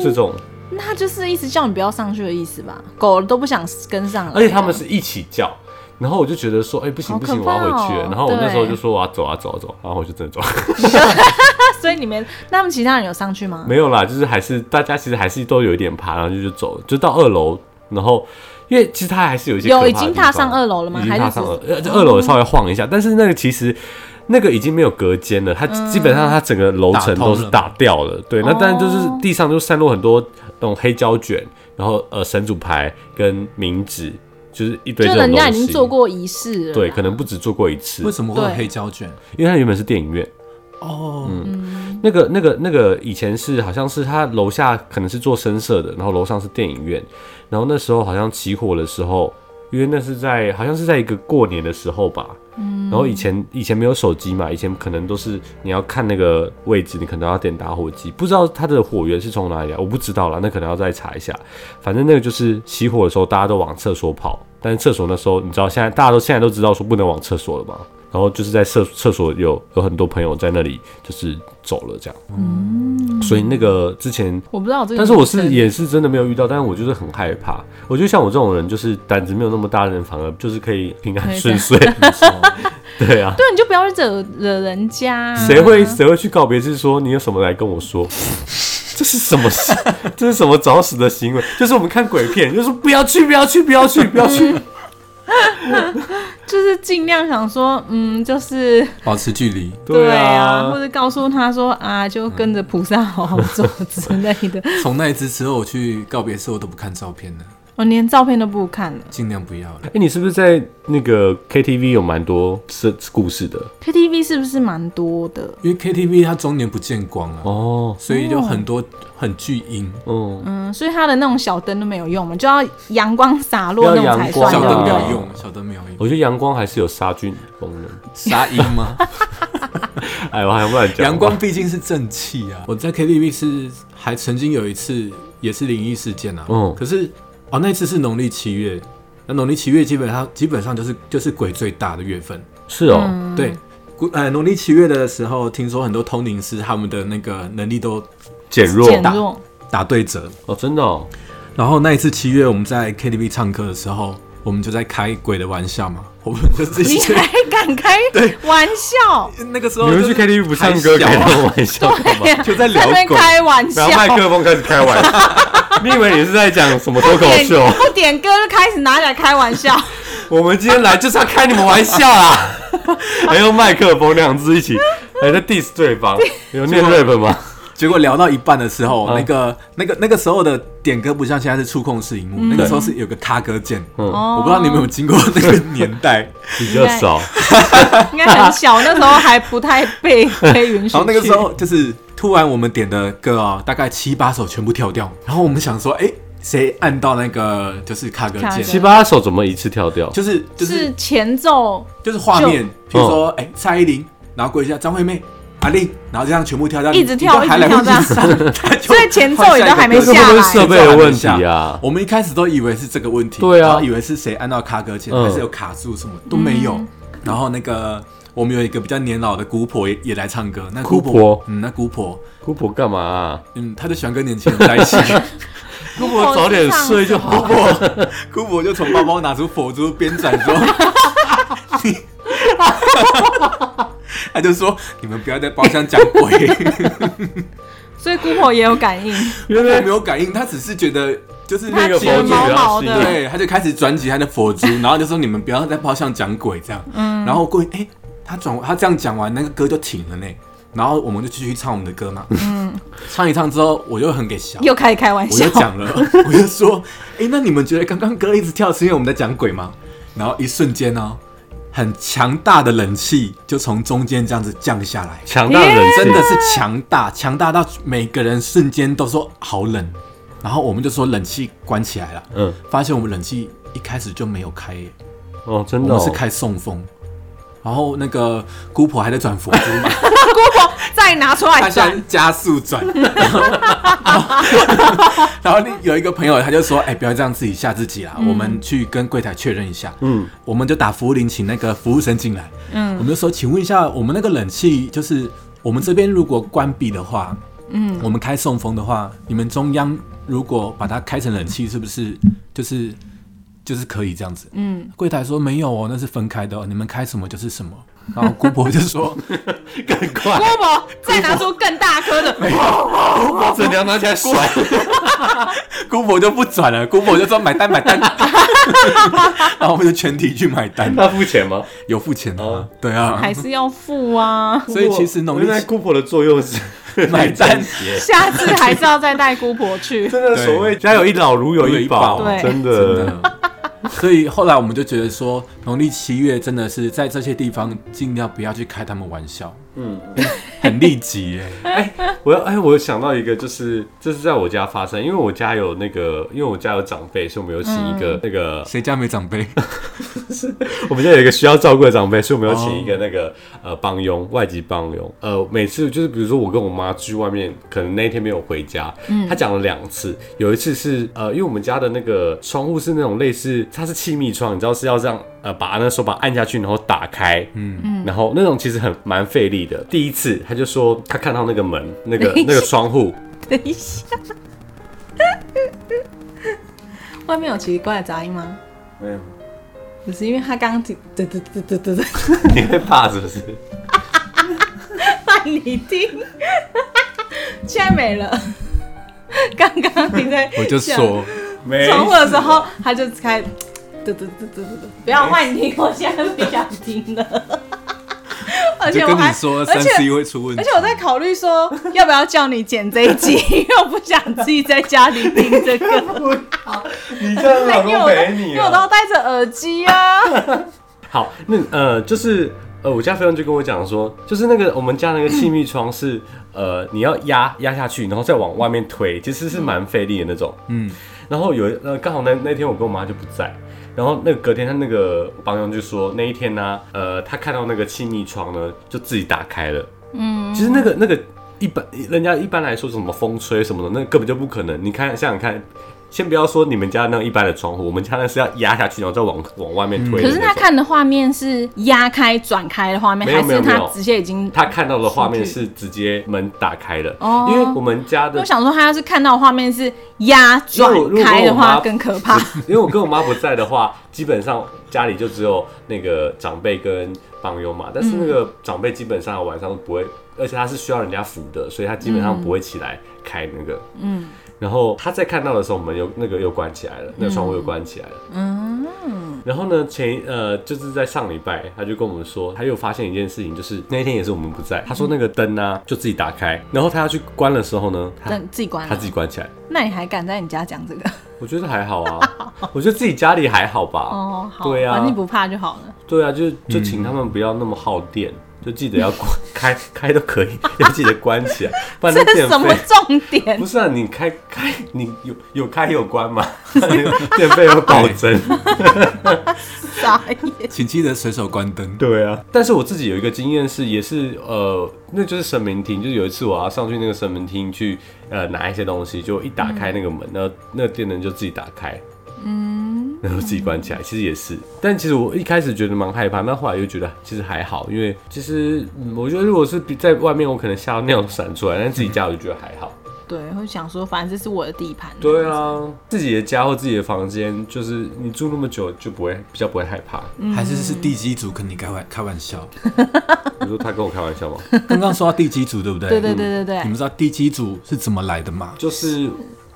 是这种，
那就是一直叫你不要上去的意思吧？狗都不想跟上来，啊
而且他们是一起叫。然后我就觉得说，哎、不行
好
不行，
可
我
怕
要回去了。
哦
然后我那时候
对
就说我要走啊走啊走啊，然后我就真的走。
那 所以你们那么其他人有上去吗？
没有啦，就是还是大家其实还是都有一点怕，然后就就走，就到二楼，然后因为其实它还是有一些
有
可怕的
已经
地方
踏上二楼了吗
已经
还是嗯
踏上二
只
呃二楼稍微晃一下，但是那个其实。那个已经没有隔间了，它
嗯
基本上它整个楼层都是打掉了。
哦
对，那但就是地上就散落很多那种黑胶卷，然后呃神主牌跟冥纸，就是一堆
就
这种东
人
西。
家已经做过仪式了，
对，，可能不止做过一次
为，什么会有
对
黑胶卷？
因为它原本是电影院。
哦，
那个、那个、那个，以前是好像是他楼下可能是做声色的，然后楼上是电影院，然后那时候好像起火的时候，因因为那是在好像是在一个过年的时候吧。嗯，然后以前以前没有手机嘛，以前可能都是你要看那个位置，你可能要点打火机，不知道它的火源是从哪里来，我不知道啦，那可能要再查一下。反正那个就是熄火的时候，大家都往厕所跑，但是厕所那时候你知道，现在大家都现在都知道说不能往厕所了嘛。然后就是在厕厕所有有很多朋友在那里就是走了这样，嗯，所以那个之前
我不知道这个，
但是我是也是真的没有遇到，但是我就是很害怕。我觉得像我这种人，就是胆子没有那么大的人，反而就是可以平安顺遂。对啊，
对，你就不要惹惹人家啊、
谁会谁会去告别？就是说你有什么来跟我说？ 这是什么事？ 这是什么找死的行为？就是我们看鬼片，就是不要去，不要去，不 要去，不要去。
嗯就是尽量想说，嗯，就是
保持距离，
对
啊
或，者告诉他说啊，就跟着菩萨好好做之类的。
从那一次之后，我去告别式我都不看照片了，
我哦连照片都不看了。
尽量不要了。
哎、你是不是在那个 KTV 有蛮多是故事的？
KTV 是不是蛮多的？
因为 KTV 它中年不见光啊，
哦，
所以有很多很巨婴，
嗯，
嗯，所以它的那种小灯都没有用嘛，就要阳光洒落那
要
种
阳
才
光
算
小
有
灯
啊
没
用。
有用，小灯没有用，
我觉得阳光还是有杀菌功能。
杀婴吗？
哎，我还乱讲话。
阳光毕竟是正气啊。我在 KTV 是还曾经有一次也是灵异事件啊，
嗯
可是哦那一次是农历七月，那农历七月基本上基本上就是就是鬼最大的月份，
是哦，
嗯
对。古呃，农历七月的时候，听说很多通灵师他们的那个能力都
减弱
减
大
弱，
打对折，
哦，真的哦，
然后那一次七月，我们在 KTV 唱歌的时候，我们就在开鬼的玩笑嘛，我们就自己
你还敢开玩笑？
那个时
你
候
们
就是
去 KTV 不唱歌
还
开
小啊
那种玩笑干 嘛？
对呀啊
就在聊
那边
鬼，
开玩
然
笑，
后麦克风开始开玩笑， 你以为你是在讲什么脱口秀？
点哎不点歌就开始拿起来开玩笑，
我们今天来就是要开你们玩笑 啦，还用麦克风两只一起，还在 diss 对 方，有念 rap 吗？
结果聊到一半的时候，
嗯
那个那个那个时候的点歌不像现在是触控式荧幕，那个时候是有个卡歌键，
嗯，
哦
我不知道你们有没有经过那个 年 代。
比较少，
应该很小，那时候还不太被被允许去。
然后那个时候就是突然我们点的歌啊，大概七八首全部跳掉，然后我们想说，哎，谁按到那个就是卡歌
卡
键
歌？
七八首怎么一次跳掉？
就是就是
是前奏，
就是画面，比如说哎、诶蔡依林，然后过一下张惠妹、阿令，然后这样全部跳掉，
一直跳
你都还来
一直跳
不及上它就
所以前奏也都 还没
换下
这
一个
下来
个不是设
歌
备的问题啊，
我们一开始都以为是这个问题，
对啊
然后以为是谁按到卡歌键，
嗯
还是有卡住什么都没有。
嗯
然后那个我们有一个比较年老的姑婆也也来唱歌，那姑
姑婆
嗯，那姑婆，
姑婆干嘛啊？
嗯，她就喜欢跟年轻人在一 起。
姑婆早点睡就好。
姑婆就从包包拿出佛珠，边 转说：“你。”他就说：“你们不要在包厢讲 鬼。
所以姑婆也有感 应，”
原
他
来
没有感应，他只是觉得就是
她
那
个
觉得
佛珠
毛毛
比较细
的，
对，他就开始转起他的佛珠，然后就说：“你们不要在包厢讲鬼这样。”然后过哎、他转他这样讲完，那个歌就停了呢。然后我们就继续唱我们的歌嘛。唱一唱之后，我就很给小。
又开始开玩
我
笑
就。讲了， 我就说，哎、那你们觉得刚刚歌一直跳是因为我们在讲鬼吗？然后一瞬间呢、很强大的冷气就从中间这样子降下来，
强大的人
真的是强大，强大到每个人瞬间都说好冷。然后我们就说冷气关起来了，
嗯，
发现我们冷气一开始就没有开耶、
哦，真
我
的
们
哦
是，开送风。然后那个姑婆还在转佛珠嘛，
姑婆再拿出
他
来
想
转，
加速转， 然后有一个朋友他就说：“哎、不要这样自己吓自己啦，我们去跟柜台确认一下。”嗯，我们就打服务铃，请那个服务生进来。嗯，我们就说：“请问一下，我们那个冷气就是我们这边如果关闭的话，嗯，我们开送风的话，你们中央如果把它开成冷气，是不是就是就是可以这样子？”嗯，柜台说：“没有哦，那是分开的、哦，你们开什么就是什么。”然后姑婆就说。
更快
姑，婆再拿出更大颗的，
整条拿起来甩。
姑婆就不转了，姑婆就说买单买 单，然后我们就全体去买单，
他付钱吗？
有付钱的啊、
哦
对啊，
还是要付啊。
所以其实农历
原来
七
姑婆的作用是
买单
鞋。
下次还是要再带姑婆 去。
真的，
对
所谓家有一老如有一宝，
对
真
真
的。
的。嗯所以后来我们就觉得说，农历七月真的是在这些地方尽量不要去开他们玩笑，嗯，很利己耶。
哎、我要哎、我想到一个，就是这是在我家发生，因为我家有那个，因为我家有长辈，所以我们有请一个、那个，
谁家没长 辈？
我们家有一个需要照顾的长辈，所以我们有请一个那个、呃帮佣，外籍帮佣。呃，每次就是比如说我跟我妈去外面，可能那一天没有回家，她讲了两次，有一次是呃，因为我们家的那个窗户是那种类似它是气密窗，你知道是要这样。呃，把那手把按下去，然后打开，嗯嗯，然后那种其实很蛮费力的。第一次，她就说她看到那个门，那个那个窗户，
等一下， 外面有奇怪的杂音吗？
没有，
只是因为他刚嘚嘚嘚嘚嘚嘚，
你会怕是不是？
让你听， 现在没了。刚刚你在
我就
讲
说，
没
重复的时候，他就开嘚嘚嘚嘚嘚嘚，不要换你听，我现在不想听 了。而且
就
我
跟
还，
你说
而
三
且
C 会出问
而
题
且。我在考虑说，要不要叫你剪这一集，因为我不想自己在家里听这个。
你这样老
因为
公
我都
陪
因
你、
为我
啊。
都戴着耳机 啊。
好，那呃，就是呃，我家菲佣就跟我讲说，就是那个我们家那个气密窗是呃，你要压压下去，然后再往外面推，其实是蛮费力的那种。
嗯，
然后有呃，刚好那那天我跟我妈就不在，然后那个隔天他那个帮佣就说那一天呢、呃，他看到那个气密窗呢，就自己打开了。嗯，其实那个那个一般人家一般来说什么风吹什么的，那根本就不可能。你看想想看。先不要说你们家那种一般的窗户，我们家那是要压下去，然后再往往外面推的
可是
那种。
他看的画面是压开转开的画面，
没有
还
没有
是
没
他
有
直接已经？
他看到的画面是直接门打开了，
哦
因为我们家的
我想说，他要是看到的画面是压转
因为我如果
开的
我妈
话，更可怕。
因为我跟我妈不在的话，基本上家里就只有那个长辈跟帮佣嘛。但是那个长辈基本上晚上都不会，而且他是需要人家扶的，所以他基本上不会起来开那个。嗯。然后他在看到的时候，我们又那个又关起来了，那个窗户又关起来了。嗯。然后呢，前一呃就是在上礼拜，他就跟我们说，他又发现一件事情，就是那一天也是我们不在，他说那个灯啊就自己打开，然后他要去关的时候呢，他
灯自己关
他自己
了，
关起来。
那你还敢在你家讲这 个？
我觉得还好 啊，我觉得自己家里还好吧。
哦，好，
对啊
反正你不怕就好了。
对啊，就就请他们不要那么耗电，就记得要关开 开都可以，要记得关起 来，不然那
这是
电
什么
费。
重点
不？是啊，你开开你有有开有关嘛， 电费会暴增。
傻眼。
请记得随手关灯。
对啊，但是我自己有一个经验是，也是呃，那就是神明厅，就是有一次我要上去那个神明厅去呃拿一些东西，就一打开那个门，然后那个电灯就自己打开，嗯，然后自己关起来，其实也是，但其实我一开始觉得蛮害怕，但后来又觉得啊其实还好，因为其实、嗯我觉得如果是比在外面，我可能吓到尿都闪出来，但自己家我就觉得还好。
对，会想说，反正这是我的地盘。
对，啊，自己的家或自己的房间，就是你住那么久就不会比较不会害怕。
嗯
还是是地基组跟你开玩开玩笑。
你说他跟我开玩笑吗？
刚刚说到地基组，对不对？
对对对对对
你们知道地基组是怎么来的吗？
就是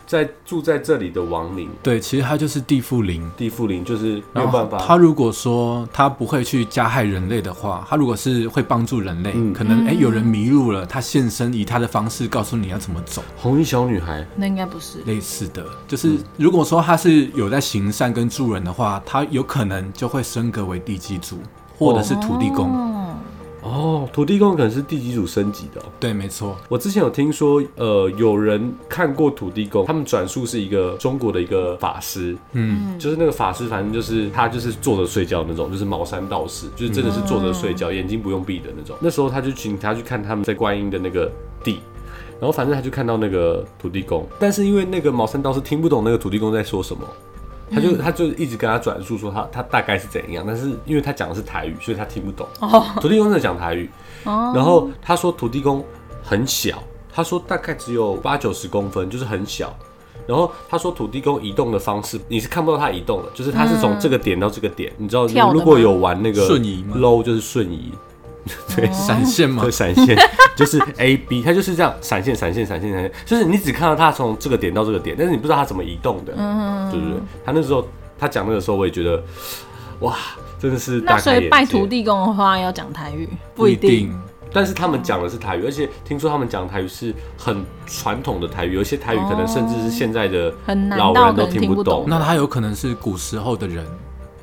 在住在这里的亡灵
对，其实它就是地缚灵。
地缚灵，就是没有
然后
办
他
法。
如果说他不会去加害人类的话，他如果是会帮助人类，
嗯
可能哎、诶
嗯
有人迷路了，他现身以他的方式告诉你要怎么走，
红衣小女孩，
那应该不是。
类似的，就是
嗯
如果说他是有在行善跟助人的话，他有可能就会升格为地基主或者是土地公。
哦，
哦，土地公可能是地基主升级的哦、
对，没错，
我之前有听说，呃，有人看过土地公，他们转述是一个中国的一个法师，嗯，就是那个法师，反正就是他就是坐着睡觉那种，就是茅山道
嗯
士，就是真的是坐着睡觉，眼睛不用闭的那种。那时候他就请他去看他们在观音的那个地。然后反正他就看到那个土地公，但是因为那个茅山道士听不懂那个土地公在说什么，
嗯
他就他就一直跟他转述说他他大概是怎样，但是因为他讲的是台语，所以他听不懂。
哦
土地公真的讲台语，然后他说土地公很小，他说大概只有八九十公分，就是很小。然后他说土地公移动的方式，你是看不到它移动的，就是它是从这个点到这个点，你知道
嗯跳的吗
如果有玩那个
瞬移吗
low 就是瞬移， 对，
哦
闪现嘛
会，闪现， 就是 A B，它就是这样闪现、闪现、闪现、闪现，就是你只看到它从这个点到这个点，但是你不知道它怎么移动的，
嗯
对不对？他那时候他讲那个时候，我也觉得，哇，真的是大
那
开
所以
眼
拜
界
土地公的话要讲台语，
不
一
一定。
但是他们讲的是台语，而且听说他们讲的台语是很传统的台语，有一些台语可能甚至是现在的
很难
老
到
人都
的人
听
听
不
不懂
懂
那他有可能是古时候的人，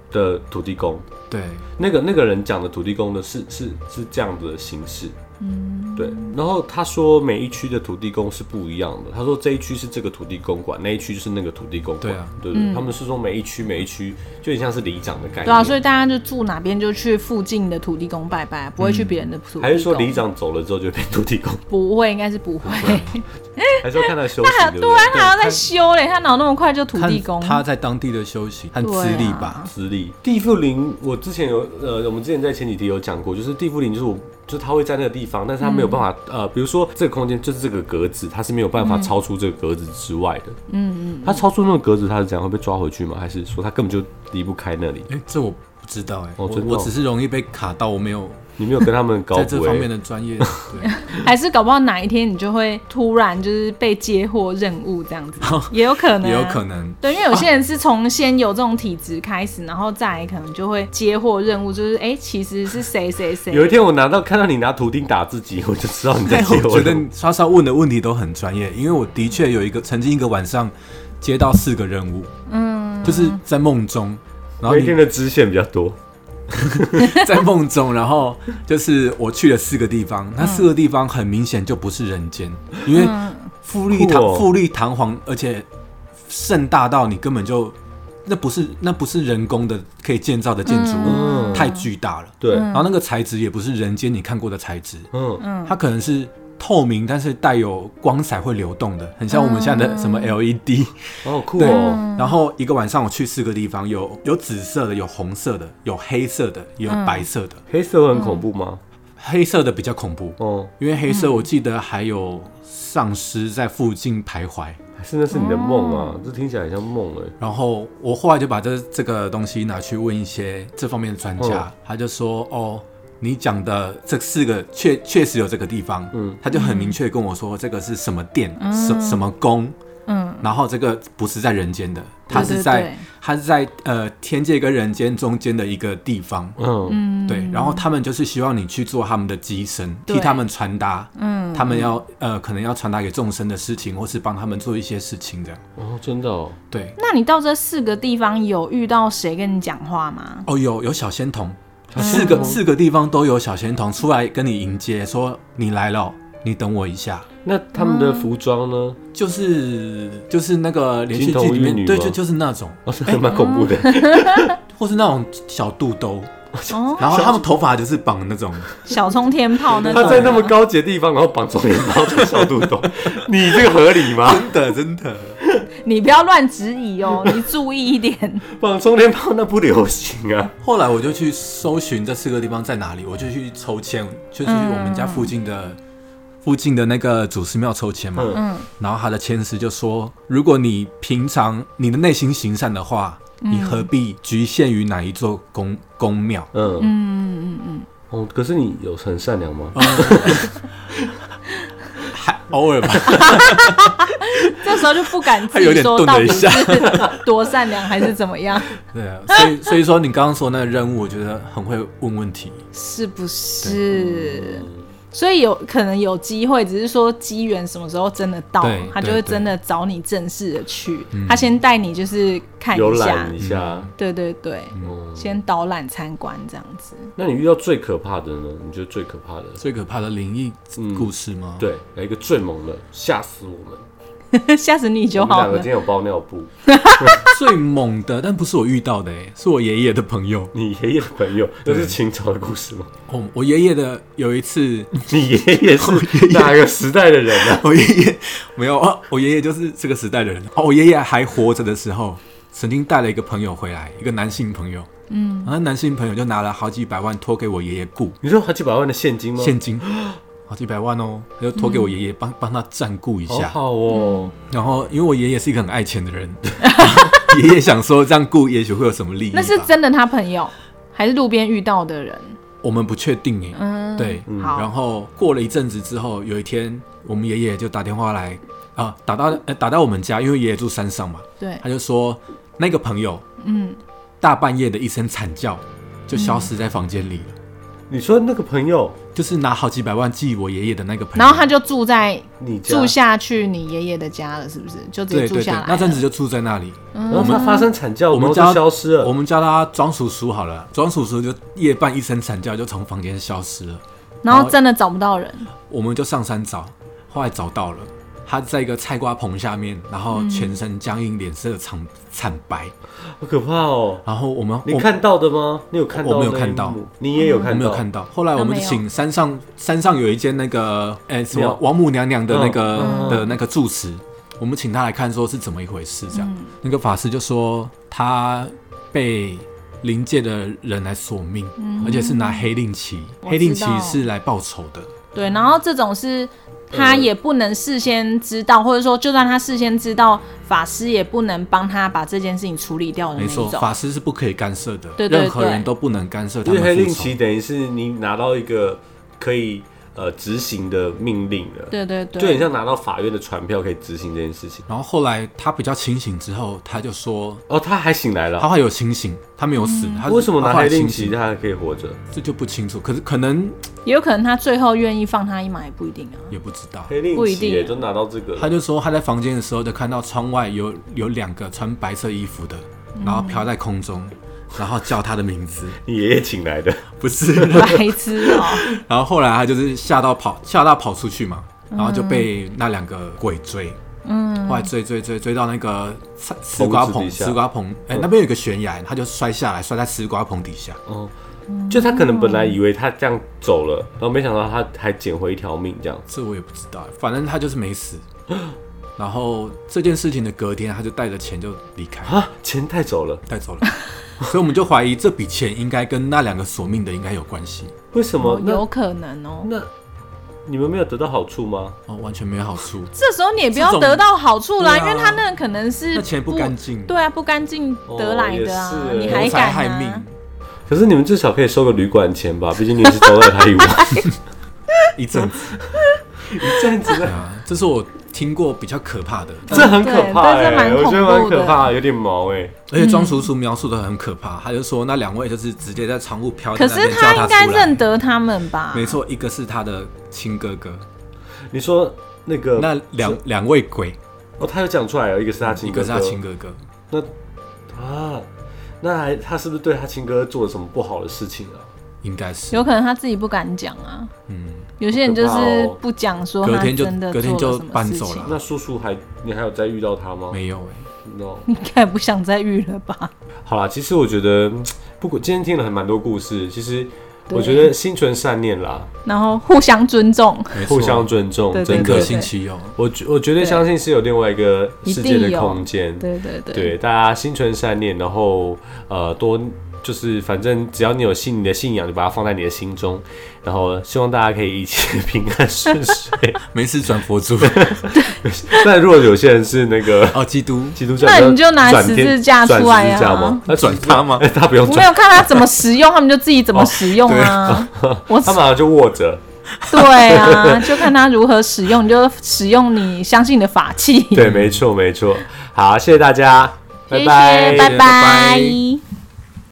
的土地公。
对，
那个那个人讲的土地公的是是是这样子的形式，
嗯
对，然后他说每一区的土地公是不一样的。他说这一区是这个土地公管，那一区就是那个土地公管。
对啊
对对他们是说每一区每一区就很像是里长的概念。
嗯对啊，所以大家就住哪边就去附近的土地公拜拜，不会去别人的土地公。
还是说里长走了之后就变土地公？
不会，应该是不会。
还是要看他修
他
行，对不
对啊，
对？
他还要再修嘞，他哪有那么快就土
看
地公？啊
他在当地的修行和资历吧。
资历地缚灵，我之前有呃，我们之前在前几题有讲过，就是地缚灵，就是我就是他会在那个地方，但是他没
嗯
有办法、呃，比如说这个空间就是这个格子，他是没有办
嗯
法超出这个格子之外的。嗯嗯，他超出那个格子，他是怎样会被抓回去吗？还是说他根本就离不开那里？
哎、这我不知道哎、
哦
我
真的哦
我只是容易被卡到，我没有
你没有跟他们搞
在这方
鬼
面的专业。对，
还是搞不好哪一天你就会突然就是被接获任务这样子，也有可能、
哦
啊
也有可。 能。
对，因为有些人是从先有这种体质开始，然后再来可能就会接获任务，就是哎、诶其实是谁谁谁。
有一天我拿到看到你拿图钉打自己，我就知道你 在
但
接
哎我
我
觉
的
得。莎莎问的问题都很专业，因为我的确有一个曾经一个晚上接到四个任务，嗯，就是在梦中，然后
那一
你
天的支线比较多，
在梦中，然后就是我去了四个地方，那四个地方很明显就不是人间，因为富丽堂
酷哦
富丽堂皇，而且盛大到你根本就那不是那不是人工的可以建造的建筑物，太巨大了。
对，
然后那个材质也不是人间你看过的材质，
嗯，
它可能是透明，但是带有光彩会流动的，很像我们现在的什么 LED、
好好酷
对
哦，，
然后一个晚上我去四个地方，有有紫色的，有红色的，有黑色的，也有白色的。
黑色会很
嗯
恐怖吗？
黑色的比较恐怖，
哦，
因为黑色我记得还有丧尸在附近徘徊。
还是那是你的梦
哦
啊，这听起来很像梦哎。
然后我后来就把这这个东西拿去问一些这方面的专家，他就说：“哦，你讲的这四个确确实有这个地方，嗯，他就很明确跟我说这个是什么殿，
嗯
什什么宫，嗯，然后这个不是在人间的，它
对
是
对
在
对
它是在呃天界跟人间中间的一个地方，
嗯，
对，然后他们就是希望你去做他们的机身，
对
替他们传达，嗯，他们要呃可能要传达给众生的事情，或是帮他们做一些事情这样。
哦，真的哦，
对，
那你到这四个地方有遇到谁跟你讲话吗？
哦，有有小仙童，四个四个地方都有小仙童出来跟你迎接，说你来了，你等我一下。
那他们的服装呢？
就是就是那个连续
金童
剧里
玉女
面，对，
吗
就就是那种，
哦，这还蛮恐怖的。
或是那种小肚兜，
哦，
然后他们头发就是绑 那种，
小冲天炮那种。
他在那么高级的地方，然后绑双眼包在小肚兜， 你这个合理吗？
真的真的，
你不要乱质疑 哦，你注意一点。
绑双天包那不流行啊。
后来我就去搜寻这四个地方在哪里，我就去抽签，就是去我们家附近的、附近的那个祖师庙抽签嘛。
嗯
然后他的签师就说，如果你平常你的内心行善的话，你何必局限于哪一座宫宫庙？
嗯嗯嗯嗯。啊哦，可是你有很善良吗？
还偶尔吧，
这时候就不敢自
他有
己
点
说
顿
到底
了一
是
下
多善良还是怎么样，
对啊。所以所以说你刚刚说那个任务，我觉得很会问问题。
是不是？所以有可能有机会，只是说机缘什么时候真的到
对，
他就会
对对
真的找你正式的去，
嗯
他先带你就是看
游
一下
览一，下。嗯
对对对，
嗯
哦，
先导览参观这样子。
那你遇到最可怕的呢？你觉得最可怕的？
最可怕的灵异故事吗？，
对，来一个最猛的，吓死我们！
吓死你就
我们
好
两个
了
今。天有包尿 布，
最猛的，但不是我遇到的、欸，是我爷爷的朋友。
你爷爷的朋友，这是清朝的故事吗？
我我爷爷的有一次，
你爷爷 是哪个时代的人啊？
我爷爷没有啊，我爷爷就是这个时代的人。哦，我爷爷还活着的时候，曾经带了一个朋友回来，一个男性朋友。嗯，然后男性朋友就拿了好几百万托给我爷爷雇
你说好几百万的现金吗？
现金，好几百万哦，他就托给我
嗯
爷爷帮帮他占顾一
好
下。
好哦，
然后因为我爷爷是一个很爱钱的人， 爷爷想说这样雇也许会有什么利益吧。
那是真的他朋友，还是路边遇到的人？
我们不确定哎，对，
嗯好
然后过了一阵子之后，有一天我们爷爷就打电话来啊，打到呃打到我们家，因为爷爷住山上嘛，
对
他就说那个朋友，嗯，大半夜的一声惨叫就消失在房间里了，
你说那个朋友，
就是拿好几百万寄我爷爷的那个朋友，
嗯然后他就住在
你家
住下去你爷爷的家了，是不是？就直接
对
住
对对
下来，
那阵
了
子就住在那里，
然后他发生惨叫，
嗯我们
然
叫
后就消失了。
我们叫他庄叔叔好了，庄叔叔就夜半一声惨叫就从房间消失了，
然后真的找不到人，
我们就上山找，后来找到了，他在一个菜瓜棚下面，然后
嗯
全身僵硬，脸色惨惨白，
好可怕哦！
然后我们
你
我
看到的吗？你有看到？
我没有看到，
你也有
我
看
没
到，
有看到。后来我们就
他没有
请山上山上有一间那个哎、什么
庙
王母娘娘的那个、
嗯
的那个住持，我们请他来看说是怎么一回事。这
嗯
样，那个法师就说他被灵界的人来索命，而且是拿黑令旗，
嗯我
黑令
知
旗
道
是来报仇的。
对，然后这种是他
呃
嗯
也不能事先知道，或者说就算他事先知道，法师也不能帮他把这件事情处理掉的那
没
一
错
种，。
法师是不可以干涉的，
嗯对对
任何
对
人都不能干涉他
因为
们
黑令
复仇
旗。等于是你拿到一个可以呃执行的命令了，
对对对，
就很像拿到法院的传票可以执行这件事情。
然后后来他比较清醒之后，他就说
哦，他还醒来
他
了，
还有清醒，他没有死。他
嗯为什么拿
他后
黑
来
令
清
旗
醒？
他还可以活着？
这就不清楚。可是可能
也有可能他最后愿意放他一马也不一定啊。
也不知道。
黑令
不一
旗
定
耶
啊
都拿到这个
他
了，
就说他在房间的时候就看到窗外有有两个穿白色衣服的，
嗯
然后飘在 空中，然后叫他的名字，
你爷爷请来的，
不是。
白痴哦、
然后后来他就是吓到跑，吓到跑出去嘛，
嗯
然后就被那两个鬼追。嗯，后来追追追追到那个菜丝瓜
棚
棚，
子底下哦
丝瓜棚，哎、那边有一个悬崖，他就摔下来，摔在丝瓜棚底下。
嗯
就他可能本来以为他这样走了，然后没想到他还捡回一条命，这样
这我也不知道，反正他就是 没死。然后这件事情的隔天，他就带着钱就离开。
啊，钱带走了，
带走了， 所以我们就怀疑这笔钱应该跟那两个索命的应该有关系
为什么？
有
那
可能哦、
那你们没有得到好处吗？
哦，完全没有好处。
这时候你也不
这
要
种
得到好处啦，
对啊
因为他那可能是
那钱不干净
对啊，不干净得来的啊，
哦也是
你还
谋财
敢、啊、
哎害命，
可是你们至少可以收个旅馆钱吧，毕竟你也是招待 他一晚，
一阵子
一阵子的。
啊，这是我听过比较可怕的，
嗯
这很可怕
对这
哎、
蛮
我
恐
觉
怖的
得蛮可怕，有点毛哎、
而且庄叔叔描述的很可怕，他就说那两位就是直接在仓库飘在
可
那
是
边叫
他应该
出来
认，得啊他们吧？
没错，一个是他的亲哥哥，
你说那个
那两两位鬼，
哦，他有讲出来了，一个是他亲
一
哥哥，
个是他亲哥哥，
那啊，那还他是不是对他亲哥做了什么不好的事情啊？
应该是
有可能他自己不敢讲啊。有些人就
好可怕
是
哦
不讲说
嗯隔
他
天就
真的
隔天
做
就
了什么
搬
事
走
情
了
那叔叔还你还有再遇到他吗？
啊没有哎、
no。
应该不想再遇了吧？
好啦，其实我觉得，嗯不过今天听了很蛮多故事，其实
对
我觉得心存善念啦，
然后互相尊重，
欸没错
互相尊重，
对
真
宁
对
可
的。
信其有，
我觉我绝对相信是有另外一个世界
一定
的
有
空间，
对对对，
对，大家心存善念，然后呃多就是反正只要你有信你的信仰，就把它放在你的心中，然后希望大家可以一切平安顺遂。
没事转佛珠
但如果有些人是那个
哦，基督
基督教，
那你就拿
转天
十字架
转
出来啊
十字架吗？那
转他吗
他不用
我没
转，
有看他怎么使用，他们就自己怎么使用啊。我
哦他马上就握着。
对啊，就看他如何使用，你就使用你相信的法器。
对，没错没错。好，谢谢大家，
谢谢，
拜
拜
拜
拜